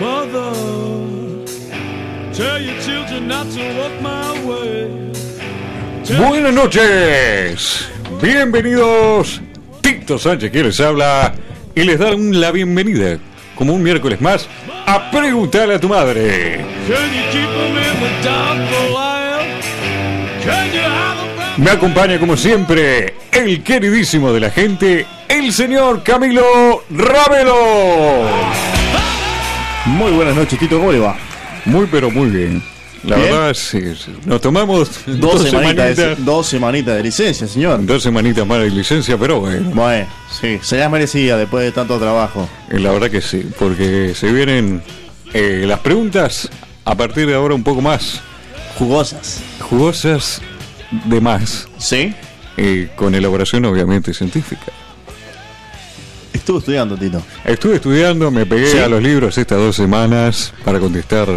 Mother, tell your children not to walk my way. Buenas noches, bienvenidos. Tito Sánchez que les habla y les da un- la bienvenida, como un miércoles más, a preguntarle a tu madre. Can you keep them in the dark for a while? Can you hide 'em from Me acompaña como siempre el queridísimo de la gente, el señor Camilo Ravelo. Muy buenas noches, Tito, ¿cómo le va? Muy pero muy bien. La Bien. verdad, sí, sí. nos tomamos Dos, dos, semanitas, de- semanitas, dos semanitas de licencia, señor. dos semanitas más de licencia, pero bueno. Bueno, sí, se las merecía después de tanto trabajo. Eh, La verdad que sí, porque se vienen eh, las preguntas a partir de ahora un poco más Jugosas. jugosas de más, ¿Sí? eh, con elaboración obviamente científica. Estuve estudiando, Tito. Estuve estudiando, me pegué ¿Sí? a los libros estas dos semanas para contestar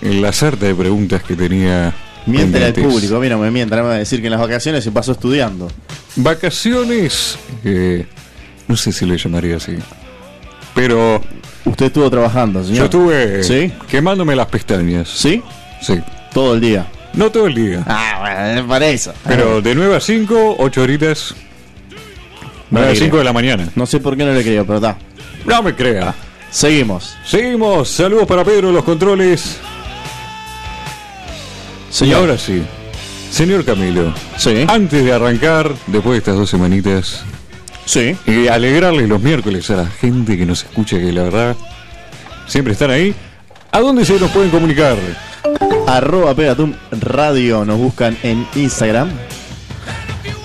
eh, la sarta de preguntas que tenía. Mienten al pendientes. público, a mí no me mientan, no me van a decir que en las vacaciones se pasó estudiando. Vacaciones, eh, no sé si le llamaría así, pero Usted estuvo trabajando, señor. yo estuve eh, ¿Sí? quemándome las pestañas. ¿Sí? Sí. Todo el día. No todo el día. Ah, bueno, para eso. Pero de 9 a 5, 8 horitas. Me 9 a alegro. 5 de la mañana. No sé por qué no le creo, pero está. No me crea. Seguimos. Seguimos. Saludos para Pedro, los controles. Y Señor. ahora sí. Señor Camilo, Sí. antes de arrancar, después de estas dos semanitas, Sí. y alegrarles los miércoles a la gente que nos escucha, que la verdad siempre están ahí, ¿a dónde se nos pueden comunicar? Arroba Pegatum Radio nos buscan en Instagram.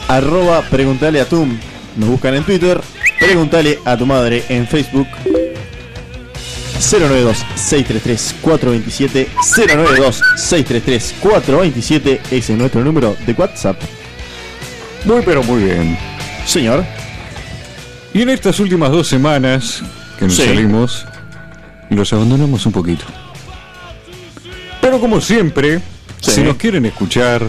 Arroba Preguntale a Tum nos buscan en Twitter. Preguntale a tu madre en Facebook. 092-633-427 092-633-427 Ese es nuestro número de WhatsApp Muy, pero muy bien. Señor Y en estas últimas dos semanas que nos Sí. salimos, los abandonamos un poquito. Pero como siempre, Sí. si nos quieren escuchar,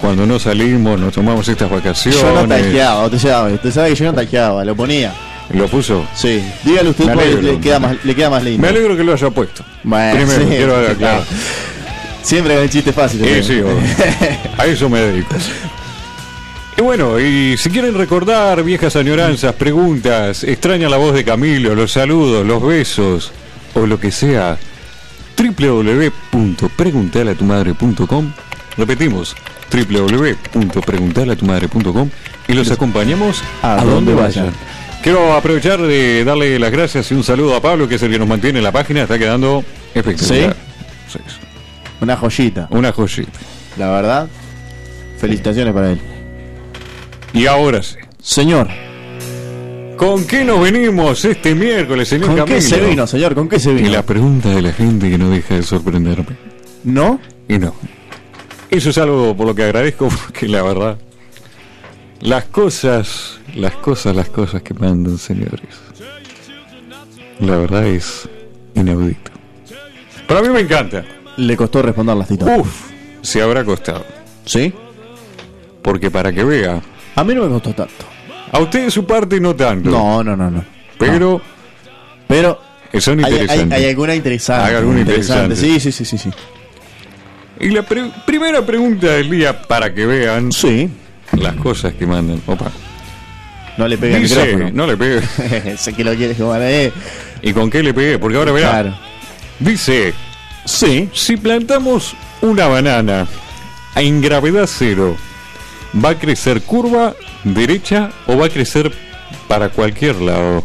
cuando no salimos, nos tomamos estas vacaciones. Yo no tajeaba, usted sabe, usted sabe que yo no tajeaba, lo ponía Lo puso. Sí, dígale usted Me cuál alegro. le queda más, le queda más lindo Me alegro que lo haya puesto. Bueno, Primero, sí. quiero aclarar. Siempre con el chiste fácil Sí, también. sí, bueno. a eso me dedico. Y bueno, y si quieren recordar viejas añoranzas, preguntas, extraña la voz de Camilo, los saludos, los besos o lo que sea, www.preguntalatumadre.com. Repetimos, www.preguntalatumadre.com y los acompañamos A a, donde donde vayan. vayan. Quiero aprovechar de darle las gracias y un saludo a Pablo, que es el que nos mantiene en la página, está quedando espectacular. Sí, sí. Una joyita Una joyita. La verdad, felicitaciones para él. Y ahora sí. Señor, ¿Con qué nos venimos este miércoles, señor ¿con qué Camilo? se vino, señor? ¿Con qué se Y vino? la pregunta de la gente que no deja de sorprenderme. ¿No? Y no. Eso es algo por lo que agradezco, porque la verdad. Las cosas, las cosas, las cosas que mandan, señores. La verdad es inaudito. Para mí me encanta. Le costó responderlas, Tito. Uf, se habrá costado. ¿Sí? Porque para que vea, A mí no me costó tanto. a usted de su parte no tanto. No, no, no, no. Pero Pero son hay, hay- interesantes. hay alguna interesante. Hay alguna interesante. Sí, sí, sí, sí, sí. Y la pre- primera pregunta del día para que vean Sí. las cosas que mandan. Opa. No le pegué Dice, el micrófono. no le pegué. sé que lo quieres jugar, eh. ¿Y con qué le pegué? Porque ahora verá. Claro. Dice, Sí. si plantamos una banana en gravedad cero, ¿va a crecer curva, derecha o va a crecer para cualquier lado?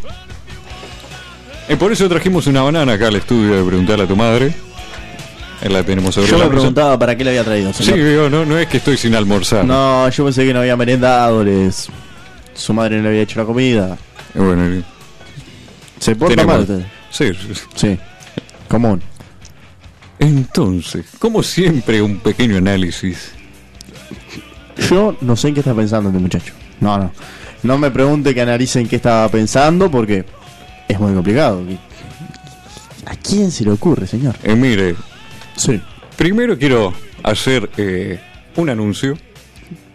Y por eso trajimos una banana acá al estudio de preguntarle a tu madre. Ahí La tenemos sobre Yo la me mesa. preguntaba para qué le había traído, Sí, señor. digo, no, no es que estoy sin almorzar. No, yo pensé que no había merendado, les... Su madre no le había hecho la comida. Y Eh, Bueno, y Se porta tenemos- mal usted. Sí, sí, sí. Sí. Común. Entonces, como siempre, un pequeño análisis. Yo no sé en qué está pensando este muchacho. No, no. No me pregunte que analicen qué estaba pensando porque es muy complicado. ¿A quién se le ocurre, señor? Eh, mire, Sí. primero quiero hacer eh, un anuncio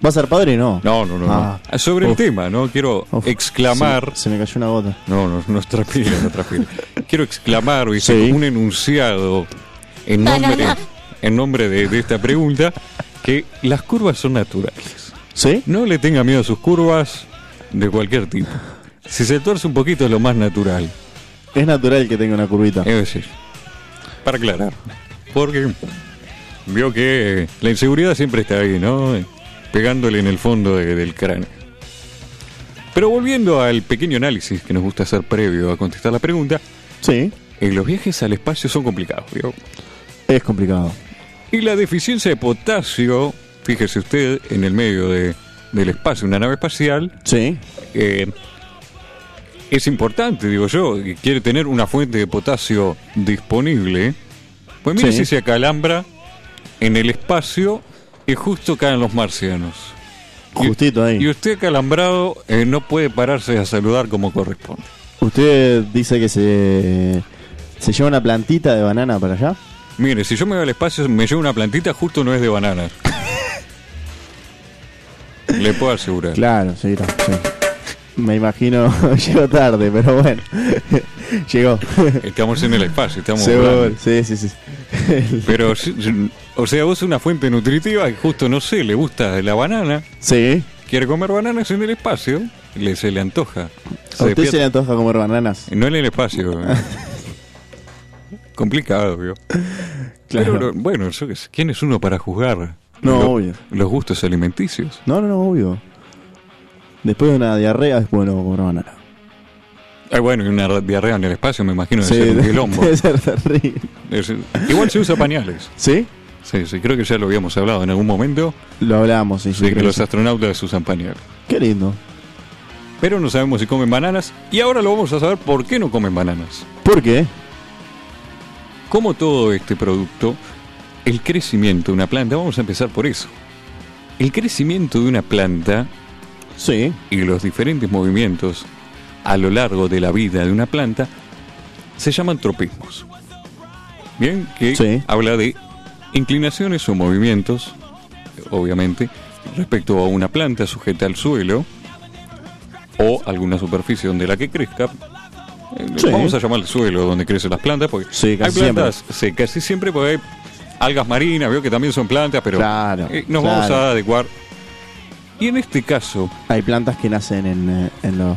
¿Va a ser padre? No. No, no, no. no. Ah. Ah, Sobre el Uf. tema, ¿no? Quiero Uf, exclamar. Se, se me cayó una gota. No, no, no transpire, no transpire. Quiero exclamar, o hice Sí. como un enunciado en nombre, en nombre de, de esta pregunta, que las curvas son naturales. ¿Sí? No le tenga miedo a sus curvas de cualquier tipo. Si se tuerce un poquito es lo más natural. Es natural que tenga una curvita. Es decir, para aclarar. Porque vio que la inseguridad siempre está ahí, ¿no? Pegándole en el fondo de- del cráneo. Pero volviendo al pequeño análisis que nos gusta hacer previo a contestar la pregunta, Sí. eh, los viajes al espacio son complicados, ¿vio? Es complicado. Y la deficiencia de potasio, fíjese usted, en el medio de- del espacio, una nave espacial, Sí. eh, es importante, digo yo, que quiere tener una fuente de potasio disponible. Pues mire Sí. si se acalambra en el espacio y justo caen los marcianos. Y- Justito ahí. Y usted acalambrado eh, no puede pararse a saludar como corresponde. Usted dice que se, se lleva una plantita de banana para allá. Mire, si yo me voy al espacio, me llevo una plantita, justo no es de banana. Le puedo asegurar. Claro, sí, no, sí. Me imagino, llegó tarde, pero bueno. llegó. Estamos en el espacio, estamos Seguro. volando. Sí, sí, sí. Pero, sí, sí, o sea, vos una fuente nutritiva y justo, no sé, le gusta la banana, sí. quiere comer bananas en el espacio, le, se le antoja. ¿A Se usted se le despierta- antoja comer bananas? No en el espacio. eh. Complicado, vio. Claro. Pero, no, bueno, yo qué sé, ¿quién es uno para juzgar No, lo- obvio. los gustos alimenticios? No, no, no, obvio. Después de una diarrea, después no comer banana. Ah, bueno, y una diarrea en el espacio, me imagino, debe ser un quilombo. debe ser terrible. Es- igual se usa pañales. ¿Sí? Sí, sí, creo que ya lo habíamos hablado en algún momento, Lo hablamos, sí, sí, de que creo los que sí. astronautas usan pañales. Qué lindo. Pero no sabemos si comen bananas y ahora lo vamos a saber por qué no comen bananas. ¿Por qué? Como todo este producto, el crecimiento de una planta, vamos a empezar por eso. El crecimiento de una planta Sí. y los diferentes movimientos a lo largo de la vida de una planta se llaman tropismos. Bien, que Sí. habla de inclinaciones o movimientos, obviamente, respecto a una planta sujeta al suelo o alguna superficie donde la que crezca. Eh, Sí. Vamos a llamarle suelo donde crecen las plantas, porque Sí, casi hay plantas, sí, casi siempre porque hay algas marinas, veo que también son plantas, pero Claro, eh, nos claro. vamos a adecuar. Y en este caso, Hay plantas que nacen en, eh, en los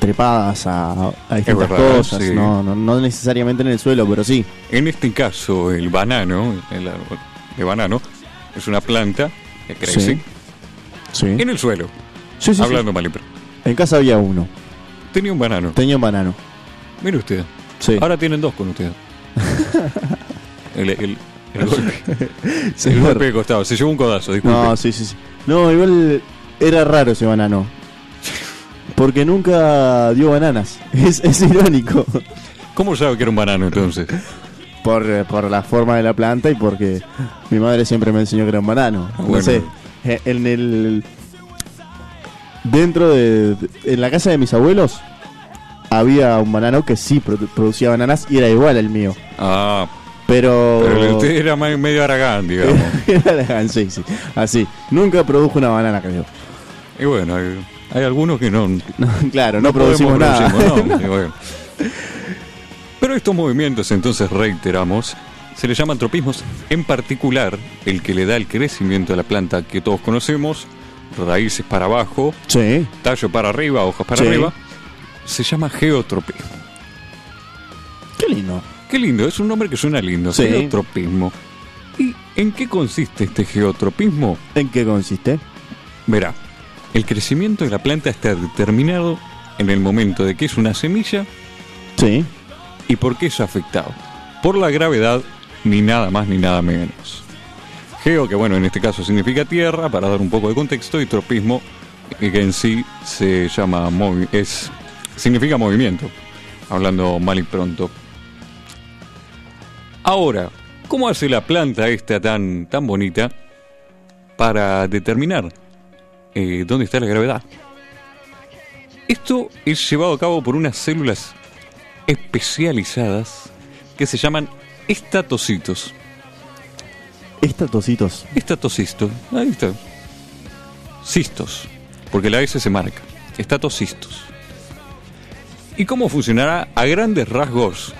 trepadas a, a distintas verdad, cosas. sí. No, no, no necesariamente en el suelo, pero sí. En este caso, el banano, el árbol de banano, es una planta que crece Sí. Sí. en el suelo, Sí, sí, sí. hablando mal y pronto. En casa había uno. Tenía un banano. Tenía un banano. Mire usted. Sí. Ahora tienen dos con usted. el, el- el golpe, Sí, el claro. golpe de costado. Se llevó un codazo, disculpe. No, sí, sí, sí. No, igual era raro ese banano. Porque nunca dio bananas. Es, es irónico. ¿Cómo sabe que era un banano entonces? Por, eh, por la forma de la planta y porque mi madre siempre me enseñó que era un banano. Bueno. No sé. eh, En el. Dentro de. En la casa de mis abuelos había un banano que sí produ- producía bananas y era igual al mío. Ah, Pero. pero el de usted era ma- medio aragán, digamos. Era- sí, sí. Así. Nunca produjo una banana, creo. y bueno, hay, hay algunos que no, No, claro, no, podemos producimos nada. producimos, no, y bueno. Pero estos movimientos, entonces reiteramos, se le llaman tropismos, en particular el que le da el crecimiento a la planta que todos conocemos, raíces para abajo, Sí. tallo para arriba, hojas para Sí. arriba, se llama geotropismo. Qué lindo. Qué lindo, es un nombre que suena lindo, Sí. geotropismo. ¿Y en qué consiste este geotropismo? ¿En qué consiste? Verá, el crecimiento de la planta está determinado en el momento de que es una semilla Sí. ¿Y por qué es afectado? Por la gravedad, ni nada más ni nada menos. Geo, que bueno, en este caso significa tierra, para dar un poco de contexto, y tropismo, eh, que en sí se llama movi- es significa movimiento, hablando mal y pronto. Ahora, ¿cómo hace la planta esta tan, tan bonita para determinar eh, dónde está la gravedad? Esto es llevado a cabo por unas células especializadas que se llaman estatocitos. Estatocitos. Estatocitos, ahí está. cistos, porque la S se marca, estatus cistos. ¿Y cómo funcionará a grandes rasgos?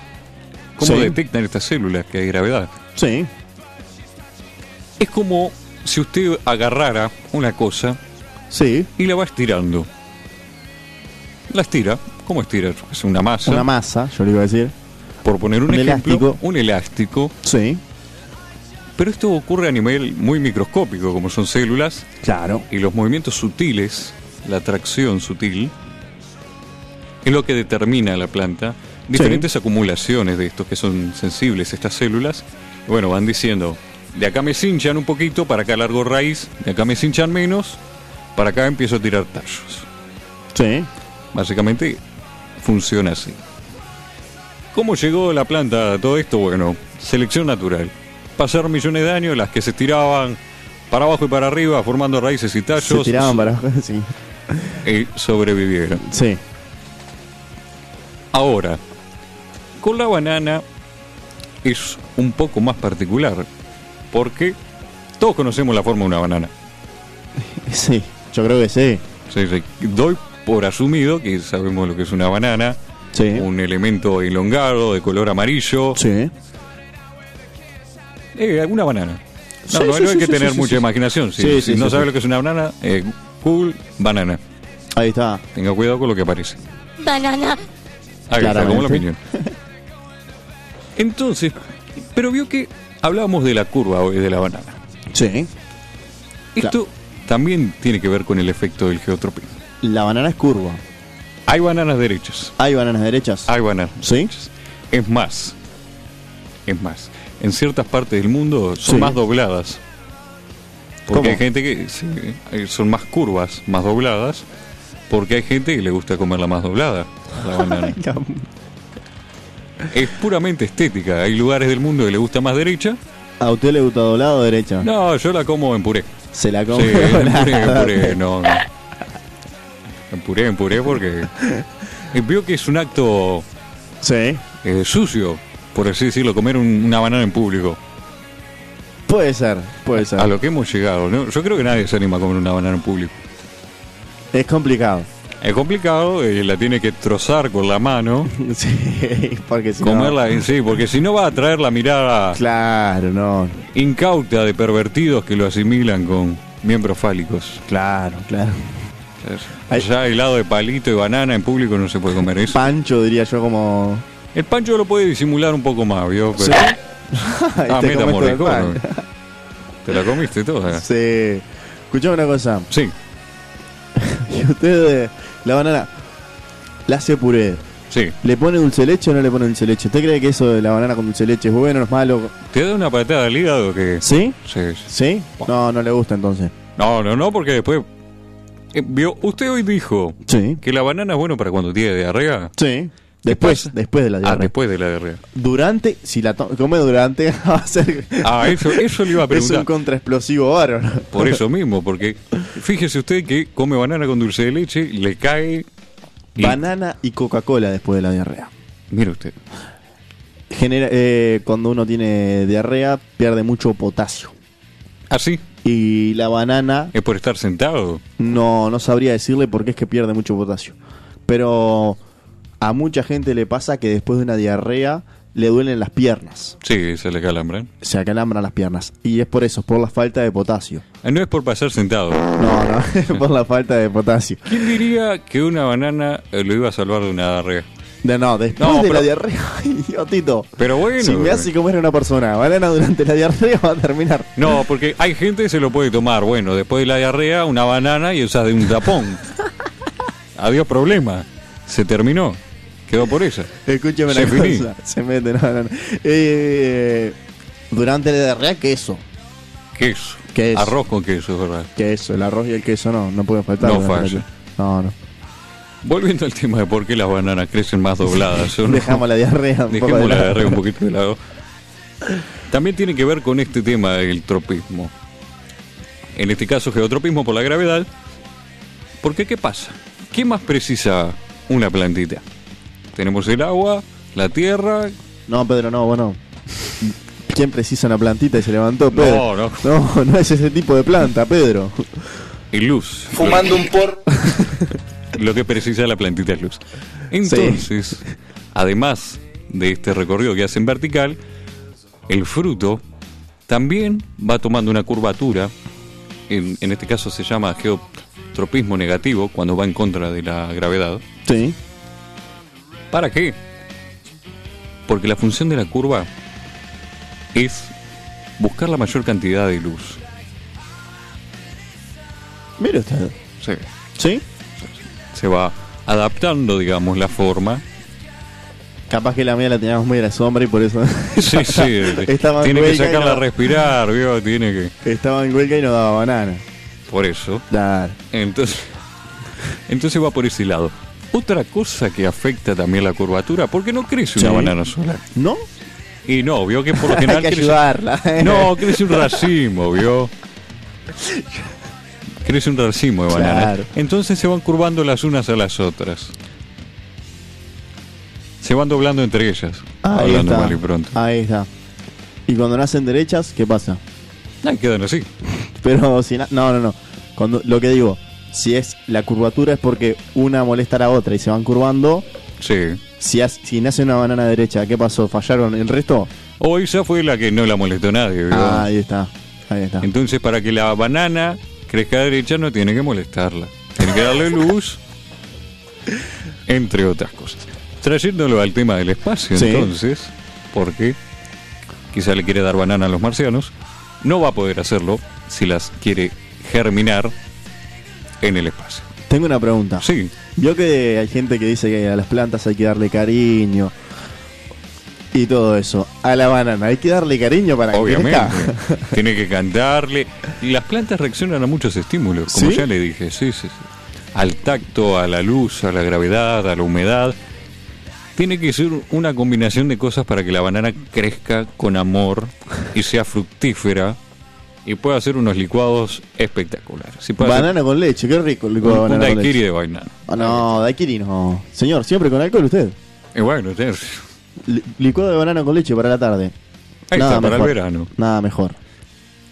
¿Cómo Sí. detectan estas células que hay gravedad? Sí. Es como si usted agarrara una cosa Sí. y la va estirando. La estira, ¿cómo estira? Es una masa, Una masa, yo le iba a decir. por poner un, un ejemplo, elástico. un elástico, Sí. pero esto ocurre a nivel muy microscópico, como son células Claro. y los movimientos sutiles, la atracción sutil, es lo que determina la planta. Diferentes acumulaciones de estos que son sensibles, estas células, bueno, van diciendo, de acá me cinchan un poquito, para acá largo raíz, de acá me cinchan menos, para acá empiezo a tirar tallos. Sí. Básicamente funciona así. ¿Cómo llegó la planta a todo esto? Bueno, selección natural. Pasaron millones de años las que se tiraban para abajo y para arriba formando raíces y tallos. Se tiraban para abajo. Sí. y sobrevivieron. Sí. Ahora, con la banana es un poco más particular, porque todos conocemos la forma de una banana. Sí. Yo creo que sí. Sí, sí. Doy por asumido que sabemos lo que es una banana, Sí. un elemento elongado de color amarillo, Sí. eh, una banana. No, Sí, no, sí, no hay sí, que sí, tener sí, mucha sí. imaginación. Si, Sí, si sí, no sí, sabe sí. lo que es una banana, eh, cool, banana. Ahí está. Tenga cuidado con lo que aparece. banana, Ahí está, como la Claramente. opinión. Entonces, pero vio que hablábamos de la curva hoy de la banana. Sí. Esto también tiene que ver con el efecto del geotropismo. La banana es curva. Hay bananas derechas, Hay bananas derechas. hay bananas Sí. derechas. Es más, es más, en ciertas partes del mundo son Sí. más dobladas. Porque ¿Cómo? hay gente que sí, eh, son más curvas, más dobladas, porque hay gente que le gusta comerla más doblada, la banana. es puramente estética. Hay lugares del mundo que le gusta más derecha. ¿A usted le gusta doblado o derecha? No, yo la como en puré. Se la come. Sí, en puré, en puré, no, no. En puré, en puré, porque. eh, Vio que es un acto Sí. eh, sucio, por así decirlo, comer un- una banana en público. Puede ser, puede ser. A lo que hemos llegado, ¿no? Yo creo que nadie se anima a comer una banana en público. Es complicado. Es complicado, eh, la tiene que trozar con la mano, Sí, porque si no- comerla en sí, porque si no va a atraer la mirada Claro, no. incauta de pervertidos que lo asimilan con miembros fálicos. Claro, claro. Ay. Ya helado de palito y banana en público no se puede comer eso. Pancho diría yo como. El Pancho lo puede disimular un poco más, ¿vio? Pero- Ah, Te meta comes todo el morricón. Este pan. Te la comiste Ah. toda. Sí. Escuchame una cosa. Sí, Y usted eh, la banana la hace puré. sí. ¿Le pone dulce de leche o no le pone dulce de leche? ¿Usted cree que eso de la banana con dulce de leche es bueno o es malo? Te da una patada al hígado que. ¿Sí? Sí, sí. ¿Sí? No, no le gusta entonces. No, no, no, porque después. Eh, vio, usted hoy dijo Sí. que la banana es bueno para cuando tiene diarrea. Sí. ¿Qué Después, pasa? después de la Ah, diarrea. después de la diarrea. Durante, si la to- come durante, va a ser. Ah, eso, eso le iba a es un preguntar. contraexplosivo bárbaro. Por eso mismo, porque fíjese usted que come banana con dulce de leche, le cae. y- Banana y Coca-Cola después de la diarrea. Mire usted. Genera, eh, cuando uno tiene diarrea, pierde mucho potasio. Así, Y la banana, Ah, es por estar sentado. no, no sabría decirle por qué es que pierde mucho potasio. Pero a mucha gente le pasa que después de una diarrea le duelen las piernas. Sí, se le calambran. Se acalambran las piernas. Y es por eso, por la falta de potasio. Ah, No es por pasar sentado. No, no, es por la falta de potasio. ¿Quién diría que una banana eh, lo iba a salvar de una diarrea? De, no, después No, de pero- la diarrea, ay, idiotito. Pero bueno. si me hace comer a una persona banana durante la diarrea, va a terminar. No, porque hay gente que se lo puede tomar. Bueno, después de la diarrea, una banana y usas de un tapón. Había problema. Se terminó. Quedó por esa. Escúcheme Se una finí. cosa. Se mete, no, no, no. Eh, durante la diarrea, queso. Queso. Queso. Arroz con queso, es verdad. Queso, el arroz y el queso no, no pueden faltar. No durante la falla. diarrea. No, no. Volviendo al tema de por qué las bananas crecen más dobladas. ¿o no? Dejamos la diarrea. un poco Dejemos la de lado. diarrea un poquito de lado. También tiene que ver con este tema del tropismo. En este caso, geotropismo por la gravedad. Porque, ¿qué pasa? ¿Qué más precisa una plantita? Tenemos el agua, la tierra. No, Pedro, no, bueno. ¿Quién precisa una plantita y se levantó, Pedro? No, no. No, no es ese tipo de planta, Pedro. y luz. Fumando un por. Lo que precisa la plantita es luz. Entonces, además de este recorrido que hace en vertical, el fruto también va tomando una curvatura. En, en este caso se llama geotropismo negativo, cuando va en contra de la gravedad. Sí. ¿Para qué? Porque la función de la curva es buscar la mayor cantidad de luz. Mira usted. Sí. ¿Sí? Se va adaptando, digamos, la forma. Capaz que la mía la teníamos muy a la sombra y por eso Sí, sí. Está más Tiene que hueca y sacarla no- a respirar, ¿vio? Tiene que. estaba en huelga y no daba banana. Por eso. Claro. Entonces, entonces va por ese lado. Otra cosa que afecta también la curvatura, porque no crece una Sí. banana sola. ¿No? Y no, vio que por lo Hay general que ¿eh? crece- ayudarla. No, crece un racimo, vio. Crece un racimo de banana. Claro. Entonces se van curvando las unas a las otras. Se van doblando entre ellas. Ahí hablando está. mal y pronto. Ahí está. Y cuando nacen derechas, ¿qué pasa? Ahí quedan así. Pero si na- no, no, no. Cuando lo que digo, si es la curvatura es porque una molesta a la otra y se van curvando. Sí. Si, as- si nace una banana derecha, ¿qué pasó? ¿Fallaron el resto? O Oh, esa fue la que no la molestó nadie, vio. Ah, ahí está. Ahí está. Entonces, para que la banana crezca derecha, no tiene que molestarla. Tiene que darle luz, entre otras cosas. Trayéndolo al tema del espacio, Sí. entonces, porque quizá le quiere dar banana a los marcianos, no va a poder hacerlo si las quiere germinar en el espacio. Tengo una pregunta. Sí, Vio que hay gente que dice que a las plantas hay que darle cariño y todo eso. A la banana hay que darle cariño para obviamente. que crezca. tiene que cantarle. Y las plantas reaccionan a muchos estímulos, como ¿Sí? ya le dije, sí, sí, sí. Al tacto, a la luz, a la gravedad, a la humedad. Tiene que ser una combinación de cosas para que la banana crezca con amor y sea fructífera y pueda hacer unos licuados espectaculares. Si puede hacer Banana con leche, qué rico. el licuado de un, un banana con daiquiri leche. de banana. Ah, no, daiquiri no. Señor, siempre con alcohol usted. Y bueno, te- ahí Li- licuado de banana con leche para la tarde. está, para el mejor. verano. Nada mejor.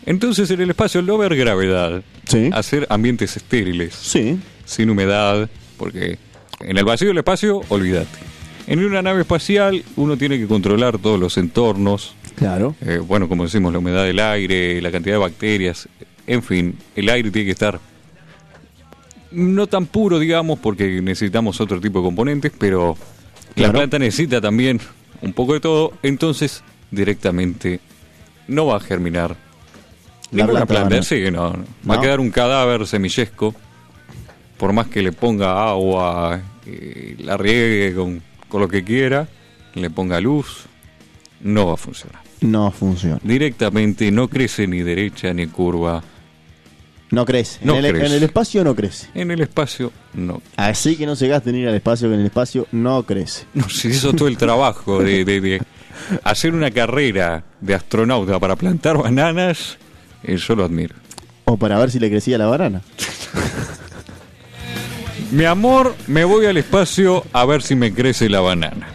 Entonces en el espacio al no ver gravedad, Sí. hacer ambientes estériles. Sí. sin humedad, porque en el vacío del espacio, olvídate. En una nave espacial uno tiene que controlar todos los entornos, Claro. eh, bueno, como decimos, la humedad del aire, la cantidad de bacterias, en fin, el aire tiene que estar no tan puro, digamos, porque necesitamos otro tipo de componentes, pero la Claro. planta necesita también un poco de todo, entonces directamente no va a germinar. La Ninguna planta planta, banana. sí, no, no. Va a No. quedar un cadáver semillesco, por más que le ponga agua, eh, la riegue con, con lo que quiera, le ponga luz, no va a funcionar. No funciona. Directamente no crece ni derecha ni curva. No crece. No en, el, crece. en el espacio no crece. En el espacio no. Así que no se gasten en ir al espacio, que en el espacio no crece. No se hizo todo el trabajo de, de- de hacer una carrera de astronauta para plantar bananas. eh, yo lo admiro. O para ver si le crecía la banana. Mi amor, me voy al espacio a ver si me crece la banana.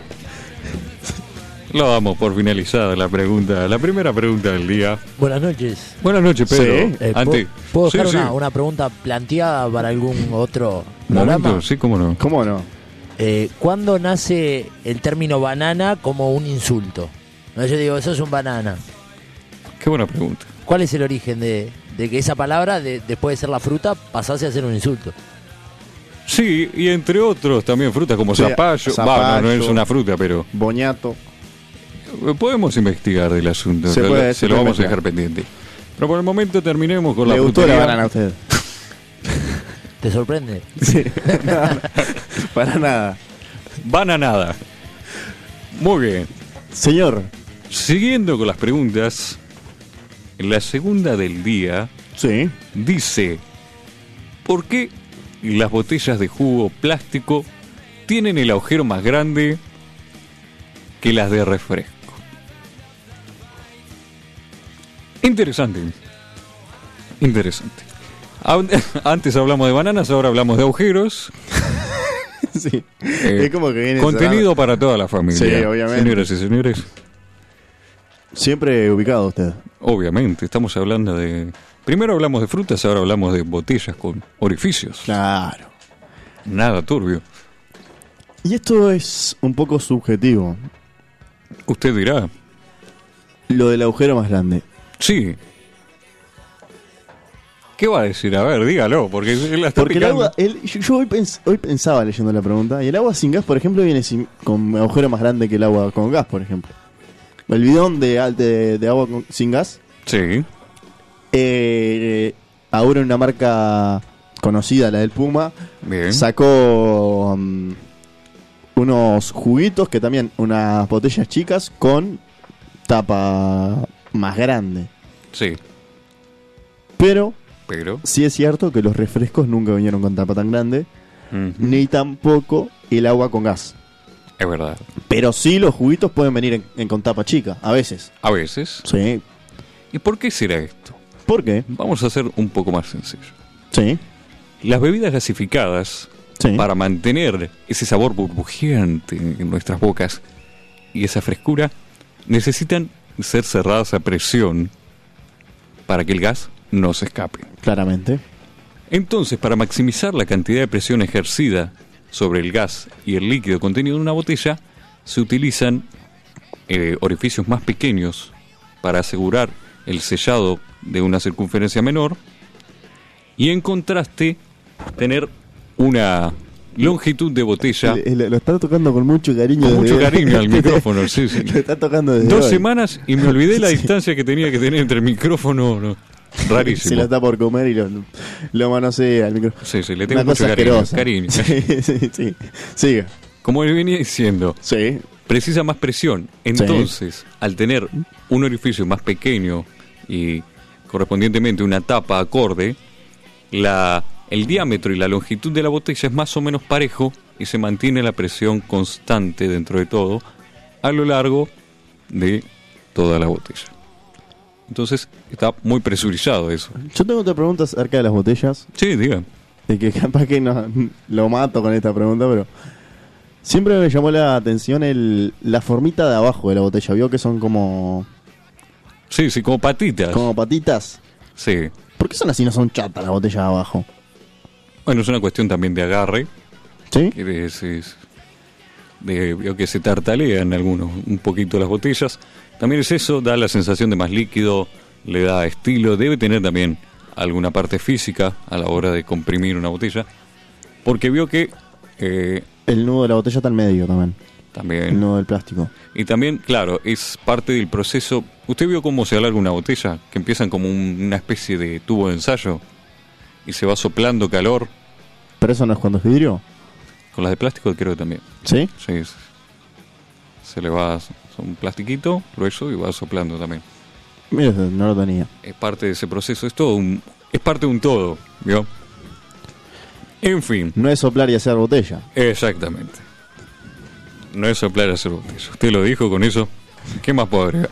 Lo damos por finalizada la pregunta, la primera pregunta del día. Buenas noches. Buenas noches, Pedro. Sí, Eh, Ante- ¿puedo- ¿Puedo Sí, dejar sí. una, una pregunta planteada para algún otro Momento, programa? sí, cómo no. ¿Cómo no? Eh, ¿Cuándo nace el término banana como un insulto? No, yo digo, eso es un banana. Qué buena pregunta. ¿Cuál es el origen de, de que esa palabra, de- después de ser la fruta, pasase a ser un insulto? Sí, y entre otros también frutas como Sí, zapallo. Va, no, no zapallo. es una fruta, pero Boñato. eh, podemos investigar del asunto. Se lo- puede, se se lo puede vamos a investigar. dejar pendiente. Pero por el momento terminemos con ¿Le la gustó frutería. la banana a usted? ¿Te sorprende? Sí. para nada. Bananada. Muy bien. Señor. Siguiendo con las preguntas, en la segunda del día Sí. dice, ¿por qué las botellas de jugo plástico tienen el agujero más grande que las de refresco? Interesante. Interesante. An- Antes hablamos de bananas, ahora hablamos de agujeros. sí. Eh, es como que viene Contenido para toda la familia. Sí, obviamente. Señoras y señores. cerrado. Siempre ubicado usted. Obviamente, estamos hablando de Primero hablamos de frutas, ahora hablamos de botellas con orificios. Claro. Nada turbio. Y esto es un poco subjetivo. Usted dirá, Lo del agujero más grande. sí. ¿Qué va a decir? A ver, dígalo, porque él la está Porque el picando. agua, el- yo yo hoy, pens- hoy pensaba leyendo la pregunta, y el agua sin gas, por ejemplo, viene sin- con agujero más grande que el agua con gas, por ejemplo. El bidón de, al- de- de agua con- sin gas, Sí, eh, ahora una marca conocida, la del Puma, bien. sacó mm, unos juguitos que también, unas botellas chicas con tapa más grande. Sí, Pero pero... sí es cierto que los refrescos nunca vinieron con tapa tan grande, mm, ni tampoco el agua con gas. Es verdad. Pero sí los juguitos pueden venir en, en con tapa chica, a veces. A veces. Sí. ¿Y por qué será esto? ¿Por qué? Vamos a hacer un poco más sencillo. Sí. Las bebidas gasificadas, Sí. para mantener ese sabor burbujeante en nuestras bocas y esa frescura, necesitan ser cerradas a presión para que el gas no se escape. Claramente. Entonces, para maximizar la cantidad de presión ejercida sobre el gas y el líquido contenido en una botella, se utilizan eh, orificios más pequeños para asegurar el sellado de una circunferencia menor y en contraste tener una longitud de botella Eh, eh, Lo, lo está tocando con mucho cariño. con desde- mucho cariño al micrófono. sí, sí. Lo está tocando desde Dos hoy. semanas y me olvidé la Sí. distancia que tenía que tener entre el micrófono. no. Rarísimo. Se lo está por comer y lo, lo manosea al micrófono. Sí, sí, le tengo Una mucho cosa cariño, asquerosa. cariño. Sí, sí, sí. Siga. Como él venía diciendo, Sí. precisa más presión. Entonces, al tener un orificio más pequeño y correspondientemente una tapa acorde, la, el diámetro y la longitud de la botella es más o menos parejo y se mantiene la presión constante dentro de todo a lo largo de toda la botella. Entonces, está muy presurizado eso. Yo tengo otra pregunta acerca de las botellas. Sí, diga. De que capaz que no, lo mato con esta pregunta, pero. Siempre me llamó la atención el, la formita de abajo de la botella. Vio que son como. Sí, sí, como patitas. como patitas. Sí. ¿Por qué son así? No son chatas las botellas de abajo. Bueno, es una cuestión también de agarre. ¿Sí? que es- es- de- veo que se tartalean algunos un poquito las botellas. También es eso, da la sensación de más líquido, le da estilo, debe tener también alguna parte física a la hora de comprimir una botella, porque veo que eh, El nudo de la botella está al medio también. El también nudo del plástico. y también claro es parte del proceso. ¿Usted vio cómo se alarga una botella que empiezan como un- una especie de tubo de ensayo y se va soplando calor Pero eso no es cuando es vidrio. con las de plástico creo que también. ¿Sí? Sí, es- se le va es un plastiquito grueso y va soplando también. Mira, no lo tenía. Es parte de ese proceso, es todo un, es parte de un todo, ¿vio? En fin, No es soplar y hacer botella. exactamente. No es soplar y hacer botellas. Usted lo dijo con eso. ¿Qué más puedo agregar?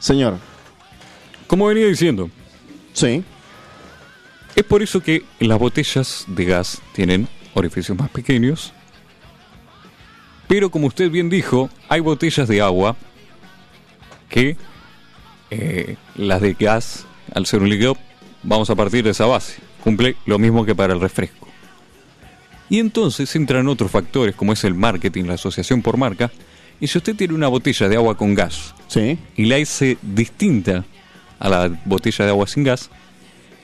Señor. Como venía diciendo, Sí. es por eso que las botellas de gas tienen orificios más pequeños. Pero como usted bien dijo, hay botellas de agua que eh, las de gas, al ser un líquido, vamos a partir de esa base. Cumple lo mismo que para el refresco. Y entonces entran otros factores como es el marketing, la asociación por marca. Y si usted tiene una botella de agua con gas Sí. y la hice distinta a la botella de agua sin gas.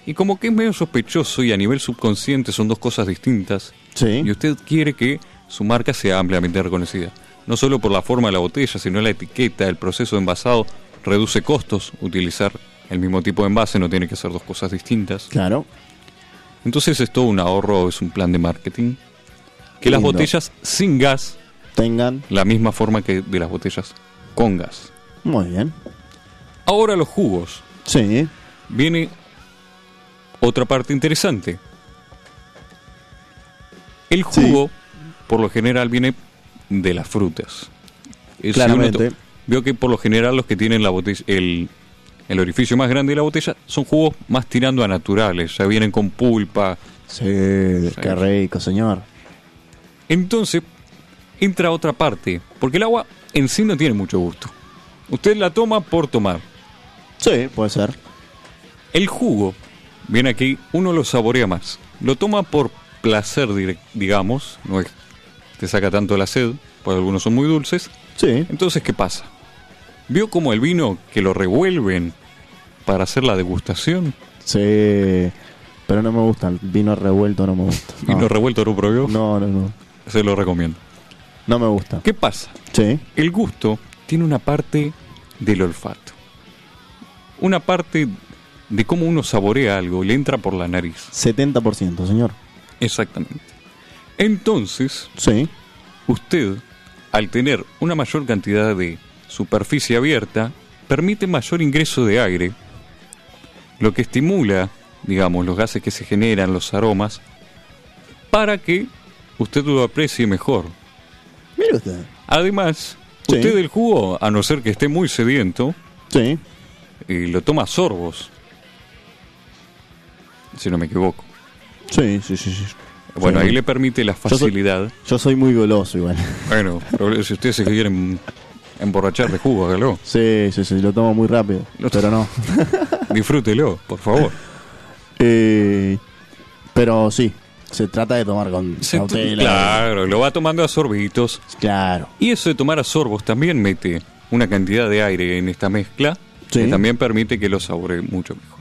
Y como que es medio sospechoso y a nivel subconsciente son dos cosas distintas. Sí. Y usted quiere que su marca sea ampliamente reconocida. No solo por la forma de la botella, sino la etiqueta, el proceso de envasado. Reduce costos utilizar el mismo tipo de envase, no tiene que hacer dos cosas distintas. Claro. Entonces es todo un ahorro, es un plan de marketing. Que las Lindo. botellas sin gas, Tengan. la misma forma que de las botellas con gas. Muy bien. Ahora los jugos. Sí. viene otra parte interesante. El jugo, por lo general, viene de las frutas. Eh, si uno Claramente. to- Veo que por lo general los que tienen la botella, el, el orificio más grande de la botella son jugos más tirando a naturales, ya vienen con pulpa. Sí. Qué rico, señor. Entonces, entra otra parte, porque el agua en sí no tiene mucho gusto. Usted la toma por tomar. Sí, puede ser. El jugo Bien aquí, uno lo saborea más. Lo toma por placer, direc- digamos. No es te saca tanto la sed, pues algunos son muy dulces. Sí. Entonces, ¿qué pasa? ¿Vio como el vino que lo revuelven para hacer la degustación? Sí. Pero no me gusta. El vino revuelto no me gusta. Vino No, revuelto no probió, no, no, no. se lo recomiendo. No me gusta. ¿Qué pasa? Sí. El gusto tiene una parte del olfato. Una parte de cómo uno saborea algo, le entra por la nariz. 70%, señor. Exactamente. Entonces, Sí. usted, al tener una mayor cantidad de superficie abierta, permite mayor ingreso de aire, lo que estimula, digamos, los gases que se generan, los aromas, para que usted lo aprecie mejor. Mire usted. Además, Sí. usted el jugo, a no ser que esté muy sediento, Sí. eh, lo toma a sorbos. Si no me equivoco. Sí, sí, sí. sí. Bueno, Sí. ahí le permite la soy- facilidad. Yo soy muy goloso igual. Bueno, pero si ustedes se quieren emborrachar de jugo, hágalo. Sí, sí, sí. Lo tomo muy rápido. Lo- Pero no. Disfrútelo, por favor. Eh, pero sí. Se trata de tomar con Se- cautela. claro, lo va tomando a sorbitos. Claro. Y eso de tomar a sorbos también mete una cantidad de aire en esta mezcla Sí. que también permite que lo saboree mucho mejor.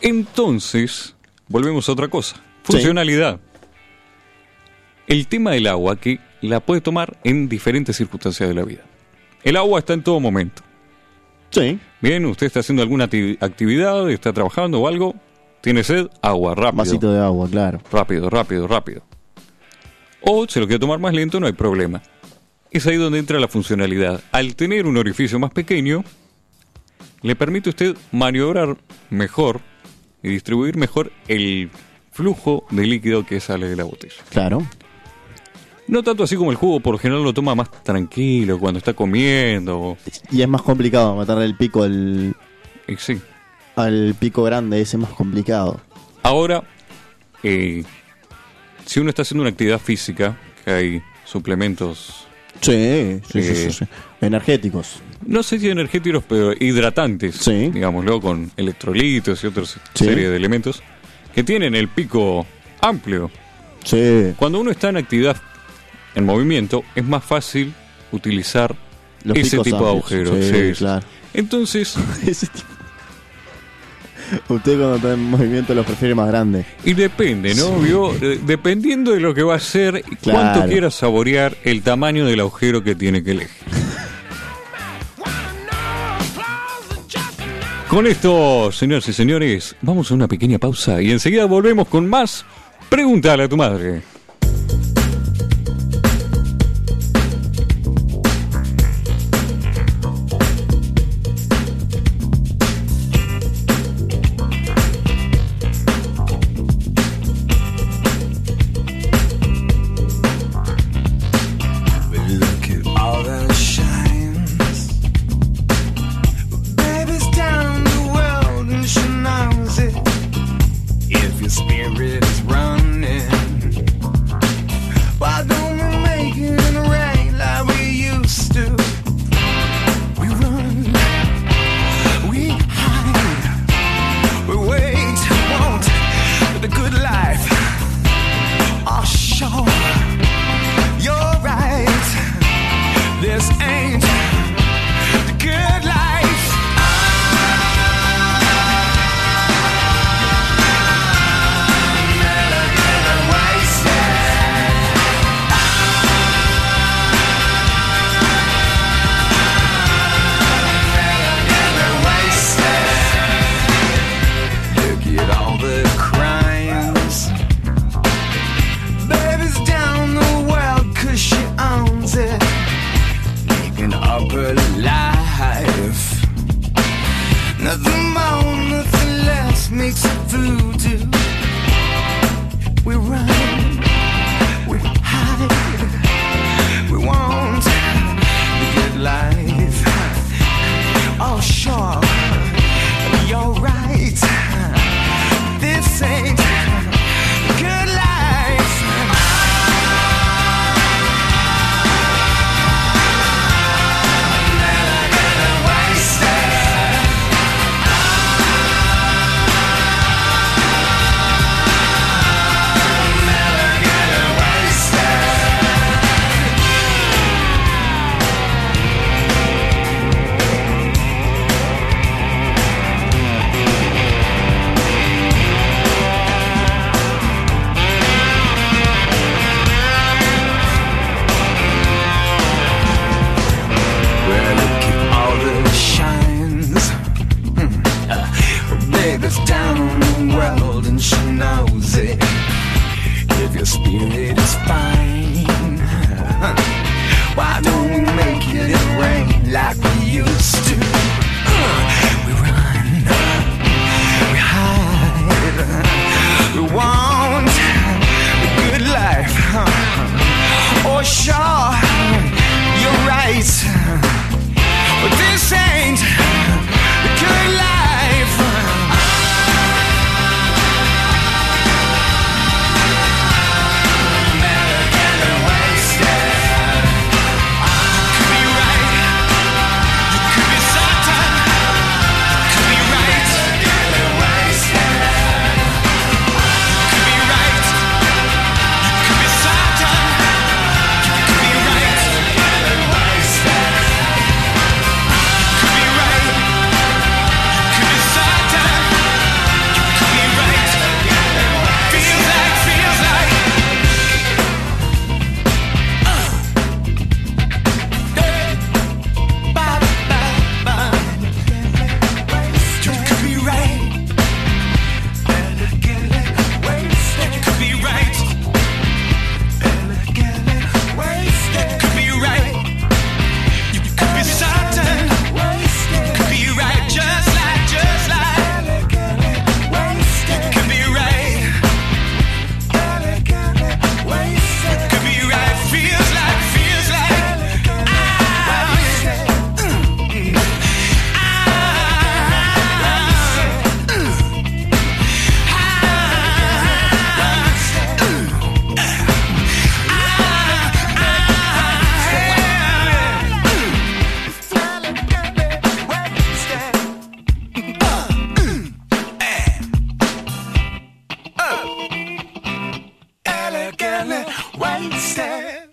Entonces, volvemos a otra cosa. Funcionalidad. El tema del agua que la puede tomar en diferentes circunstancias de la vida. El agua está en todo momento. Sí. Bien, usted está haciendo alguna acti- actividad, está trabajando o algo, tiene sed, agua, rápido. Vasito de agua, claro. Rápido, rápido, rápido. O se lo quiere tomar más lento, no hay problema. Es ahí donde entra la funcionalidad. Al tener un orificio más pequeño, le permite a usted maniobrar mejor y distribuir mejor el flujo de líquido que sale de la botella. Claro. No tanto así como el jugo, por lo general lo toma más tranquilo, cuando está comiendo. Y es más complicado matarle el pico al, Y sí. al pico grande, ese es más complicado. Ahora, eh, si uno está haciendo una actividad física, que hay suplementos Sí, sí, sí, Eh. sí, sí. Energéticos. No sé si energéticos, pero hidratantes, Sí. digámoslo, con electrolitos y otras Sí. serie de elementos que tienen el pico amplio. Sí. Cuando uno está en actividad, en movimiento, es más fácil utilizar Los ese picos tipo de amplios. agujeros. Sí, sí. claro. Entonces, Ese tipo. Usted cuando está en movimiento los prefiere más grandes. y depende, ¿no? Vio, eh, Dependiendo de lo que va a hacer, y cuánto Claro. quiera saborear, el tamaño del agujero que tiene que elegir. Con esto, señores y señores, vamos a una pequeña pausa y enseguida volvemos con más Pregúntale a tu madre. Look at all the shines. Baby's down the world and she knows it. If your spirit is running, why don't we make it rain like we used to? We run, we hide, we wait, won't for the good life. Oh, sure. You're right. This ain't the good life. I'm never getting wasted. I'm never getting wasted. Look at all the crimes. Baby's down the well cause she owns it Making up her life Nothing more, nothing less makes it voodoo We run, we hide We want the good life Oh sure, you're right This ain't good life I'm never getting wasted. I'm Ah, Hmm. used to. We run, we hide, we want a good life. Oh, sure, you're right. But this ain't a good life. Feels like, feels like Feels like, feels like, ah, Wasted.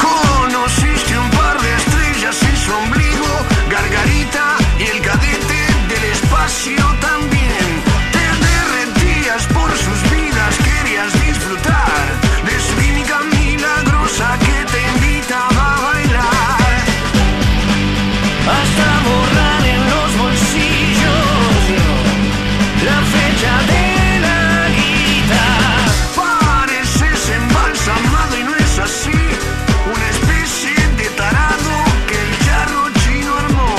Conociste un par de estrellas y su ombligo, Gargarita y el cadete del espacio también. Te derretías por sus vidas, querías disfrutar de su química milagrosa que te invitaba a bailar. Hasta borrar en los bolsillos la fecha de la guitarra. Pareces embalsamado y no es así. Una especie de tarado que el charro chino armó.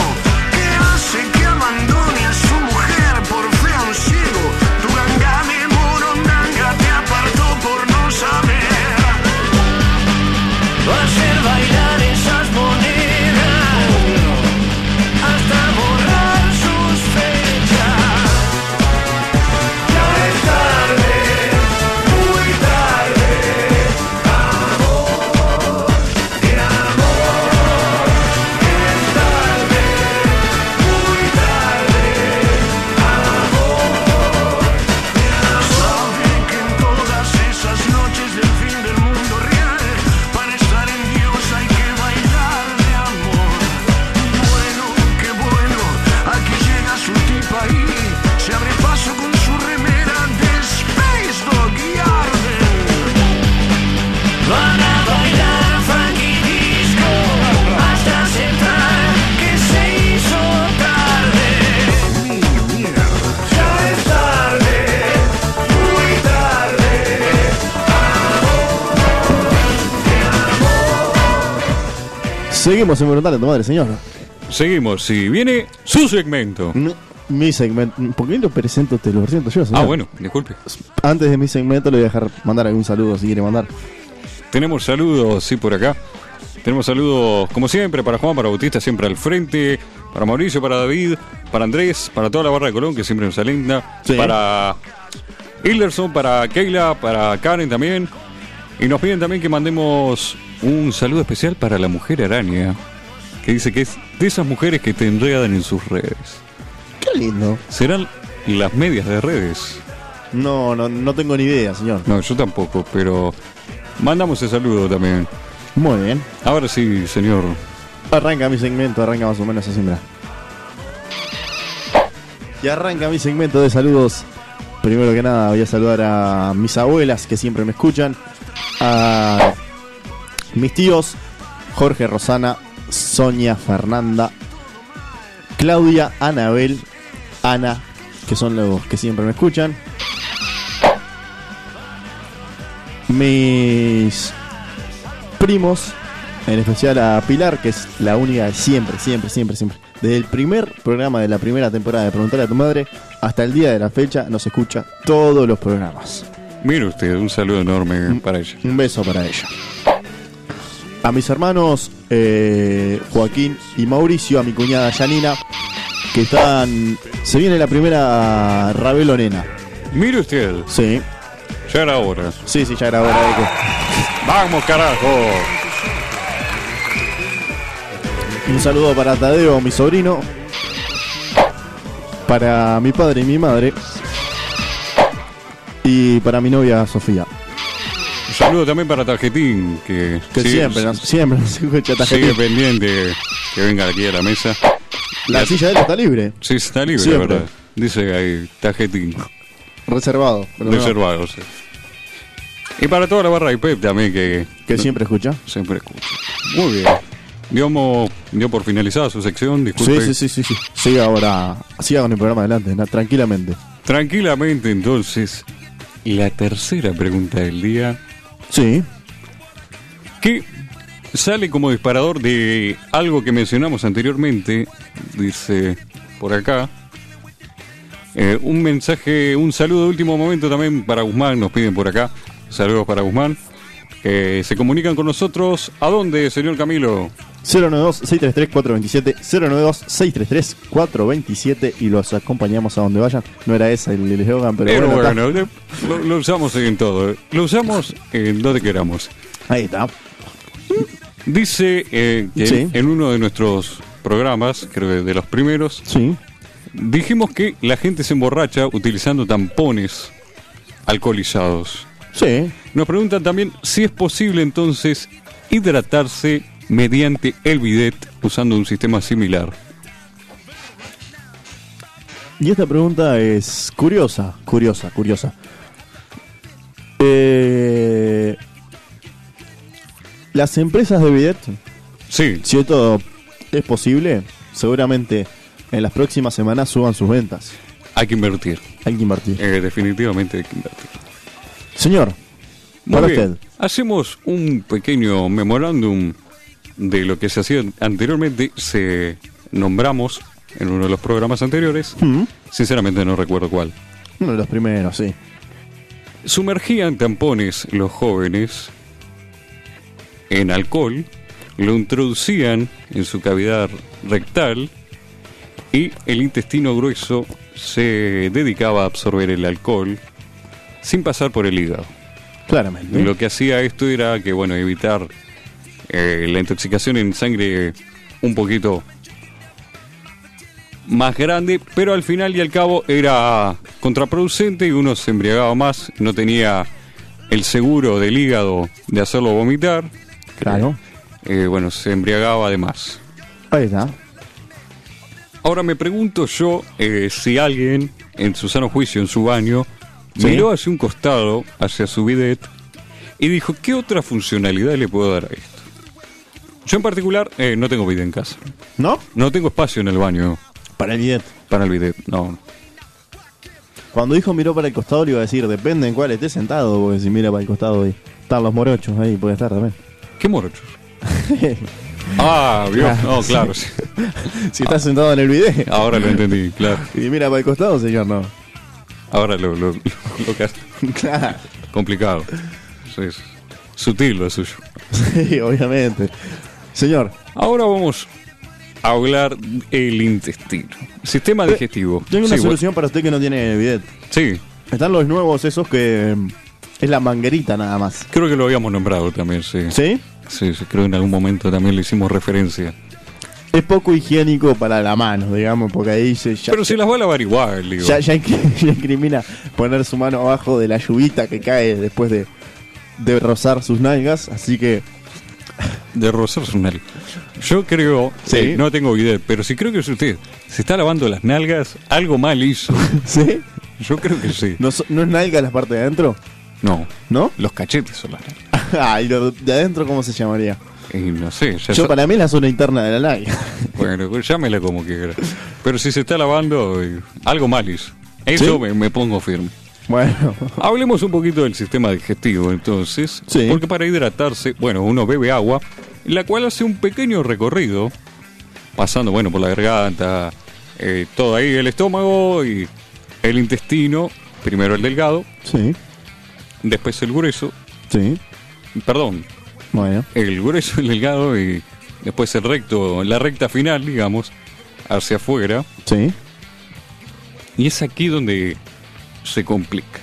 Que hace que abandone a su mujer por fe a un ciego. Tu ganga de morondanga te apartó por no saber. Hacer bailar esas monedas hasta borrar sus fechas. Ya es tarde, muy tarde, amor, de amor. Es tarde, muy tarde, amor, de amor. Saben que en todas esas noches del fin del mundo real, para estar en Dios hay que bailar de amor. Bueno, qué bueno, aquí llega su tipa ahí, se abre paso con su remera de Space Dog y Arden. Van a bailar Frankie Disco hasta aceptar que se hizo tarde. Ya es tarde, muy tarde. Seguimos en Morondale, tu madre, señor. Seguimos, si viene su segmento. No, Mi segmento. ¿Por qué lo presento te lo presento yo, señor? Ah, bueno, disculpe. Antes de mi segmento le voy a dejar mandar algún saludo si quiere mandar. Tenemos saludos, sí, por acá. Tenemos saludos, como siempre, para Juan, para Bautista, siempre al frente. Para Mauricio, para David, para Andrés, para toda la barra de Colón, que siempre nos alienta. Sí. Para Hilderson, para Keila, para Karen también. Y nos piden también que mandemos un saludo especial para la mujer araña, que dice que es de esas mujeres que te enredan en sus redes. Qué lindo. ¿Serán las medias de redes? No, no, no tengo ni idea, señor. No, yo tampoco, pero mandamos el saludo también. Muy bien. Ahora sí, señor. Arranca mi segmento, arranca más o menos así, mira. Y arranca mi segmento de saludos. Primero que nada voy a saludar a mis abuelas que siempre me escuchan. A mis tíos, Jorge Rosana, Sonia Fernanda, Claudia, Anabel, Ana, que son los que siempre me escuchan. Mis primos, en especial a Pilar, que es la única de siempre, siempre, siempre, siempre. Desde el primer programa de la primera temporada de Preguntarle a tu madre hasta el día de la fecha nos escucha todos los programas. Mire usted, un saludo enorme para ella. Un beso para ella. A mis hermanos eh, Joaquín y Mauricio, a mi cuñada Yanina, que están. Se viene la primera Ravelo Nena. Mire usted, Sí, ya era hora. sí, sí, ya era hora de que- ¡Vamos, carajo! Un saludo para Tadeo, mi sobrino. Para mi padre y mi madre. Y para mi novia Sofía. Un saludo también para Tarjetín, que, Que sigue- siempre, nos- siempre nos escucha sigue Tajetín. pendiente que venga aquí a la mesa. La silla de él está libre, Sí, está libre, Siempre. ¿verdad? Dice ahí, Tarjetín. reservado. pero no, Reservado, sí. Y para toda la barra IPEP también que que siempre escucha. siempre escucha. Muy bien. Diomo, dio por finalizada su sección, disculpe. Sí, sí, sí, sí, sí. Siga ahora, siga con el programa adelante, na- tranquilamente. Tranquilamente entonces, la tercera pregunta del día, Sí, que sale como disparador de algo que mencionamos anteriormente, dice por acá. Eh, un mensaje, un saludo de último momento también para Guzmán, nos piden por acá. Saludos para Guzmán. Eh, se comunican con nosotros. ¿A dónde, señor Camilo? 092-633-427, 092-633-427 y los acompañamos a donde vayan. No era esa el el eslogan, pero, Pero bueno, bueno, le- lo, lo usamos en todo. Lo usamos en donde queramos. está. ahí está. Dice eh, que Sí. en uno de nuestros programas, creo que de los primeros, Sí, dijimos que la gente se emborracha utilizando tampones alcoholizados. sí. Nos preguntan también si es posible entonces hidratarse mediante el bidet usando un sistema similar. Y esta pregunta es curiosa, curiosa, curiosa. Eh, las empresas de bidet Sí, Si esto es posible, seguramente en las próximas semanas suban sus ventas. hay que invertir. Hay que invertir. Eh, definitivamente hay que invertir. Señor, Muy para bien. usted. Hacemos un pequeño memorándum de lo que se hacía anteriormente. Se nombramos en uno de los programas anteriores. Mm, Sinceramente no recuerdo cuál. Uno de los primeros, sí. Sumergían tampones los jóvenes en alcohol, lo introducían en su cavidad rectal y el intestino grueso se dedicaba a absorber el alcohol sin pasar por el hígado. Claramente. Lo que hacía esto era que, bueno, evitar eh, la intoxicación en sangre un poquito más grande, pero al final y al cabo era contraproducente y uno se embriagaba más, no tenía el seguro del hígado de hacerlo vomitar. Claro. Eh, bueno, se embriagaba además. Ahí está. Ahora me pregunto yo eh, si alguien, en su sano juicio, en su baño, Sí. miró hacia un costado, hacia su bidet, y dijo, ¿qué otra funcionalidad le puedo dar a esto? Yo en particular eh, no tengo bidet en casa. ¿No? No tengo espacio en el baño Para el bidet. para el bidet. No, Cuando dijo miró para el costado, le iba a decir, depende en cuál esté sentado, porque si mira para el costado ahí, están los morochos ahí, puede estar también. ¿Qué morochos? ah, vio. No, claro. sí. si está sentado en el bidet Ahora lo entendí, claro. y mira para el costado, señor, no. Ahora lo, lo, lo- lo que hace. claro. Complicado. Sí, es sutil lo suyo. Sí, obviamente. Señor, Ahora vamos a hablar el intestino. Sistema digestivo. Eh, tengo una sí, solución para usted que no tiene bidet. bueno, sí, Están los nuevos esos que mm, es la manguerita nada más. creo que lo habíamos nombrado también, sí. ¿Sí? Sí, sí, creo que en algún momento también le hicimos referencia. Es poco higiénico para la mano, digamos, porque ahí se ya, Pero se las va a lavar igual, digo. ya, ya inc- ya incrimina poner su mano abajo de la lluvita que cae después de, de rozar sus nalgas, así que de rozarse un nal- Yo creo, Sí. eh, no tengo idea, pero si creo que es usted, se está lavando las nalgas, algo mal hizo. ¿Sí? Yo creo que sí. ¿No, so- no es nalga la parte de adentro? No, ¿No? los cachetes son las nalgas. Ah, ¿y lo de adentro cómo se llamaría? Y no sé, ya Yo sa- para mí es la zona interna de la nalga. bueno, pues llámela como quiera. Pero si se está lavando, eh, algo mal hizo. Eso ¿Sí? me- me pongo firme. Bueno, Hablemos un poquito del sistema digestivo entonces, Sí. porque para hidratarse, bueno, uno bebe agua, la cual hace un pequeño recorrido, pasando, bueno, por la garganta, eh, todo ahí, el estómago y el intestino, primero el delgado, sí, después el grueso, sí, perdón, bueno, el grueso, el delgado y después el recto, la recta final, digamos, hacia afuera, sí. y es aquí donde se complica.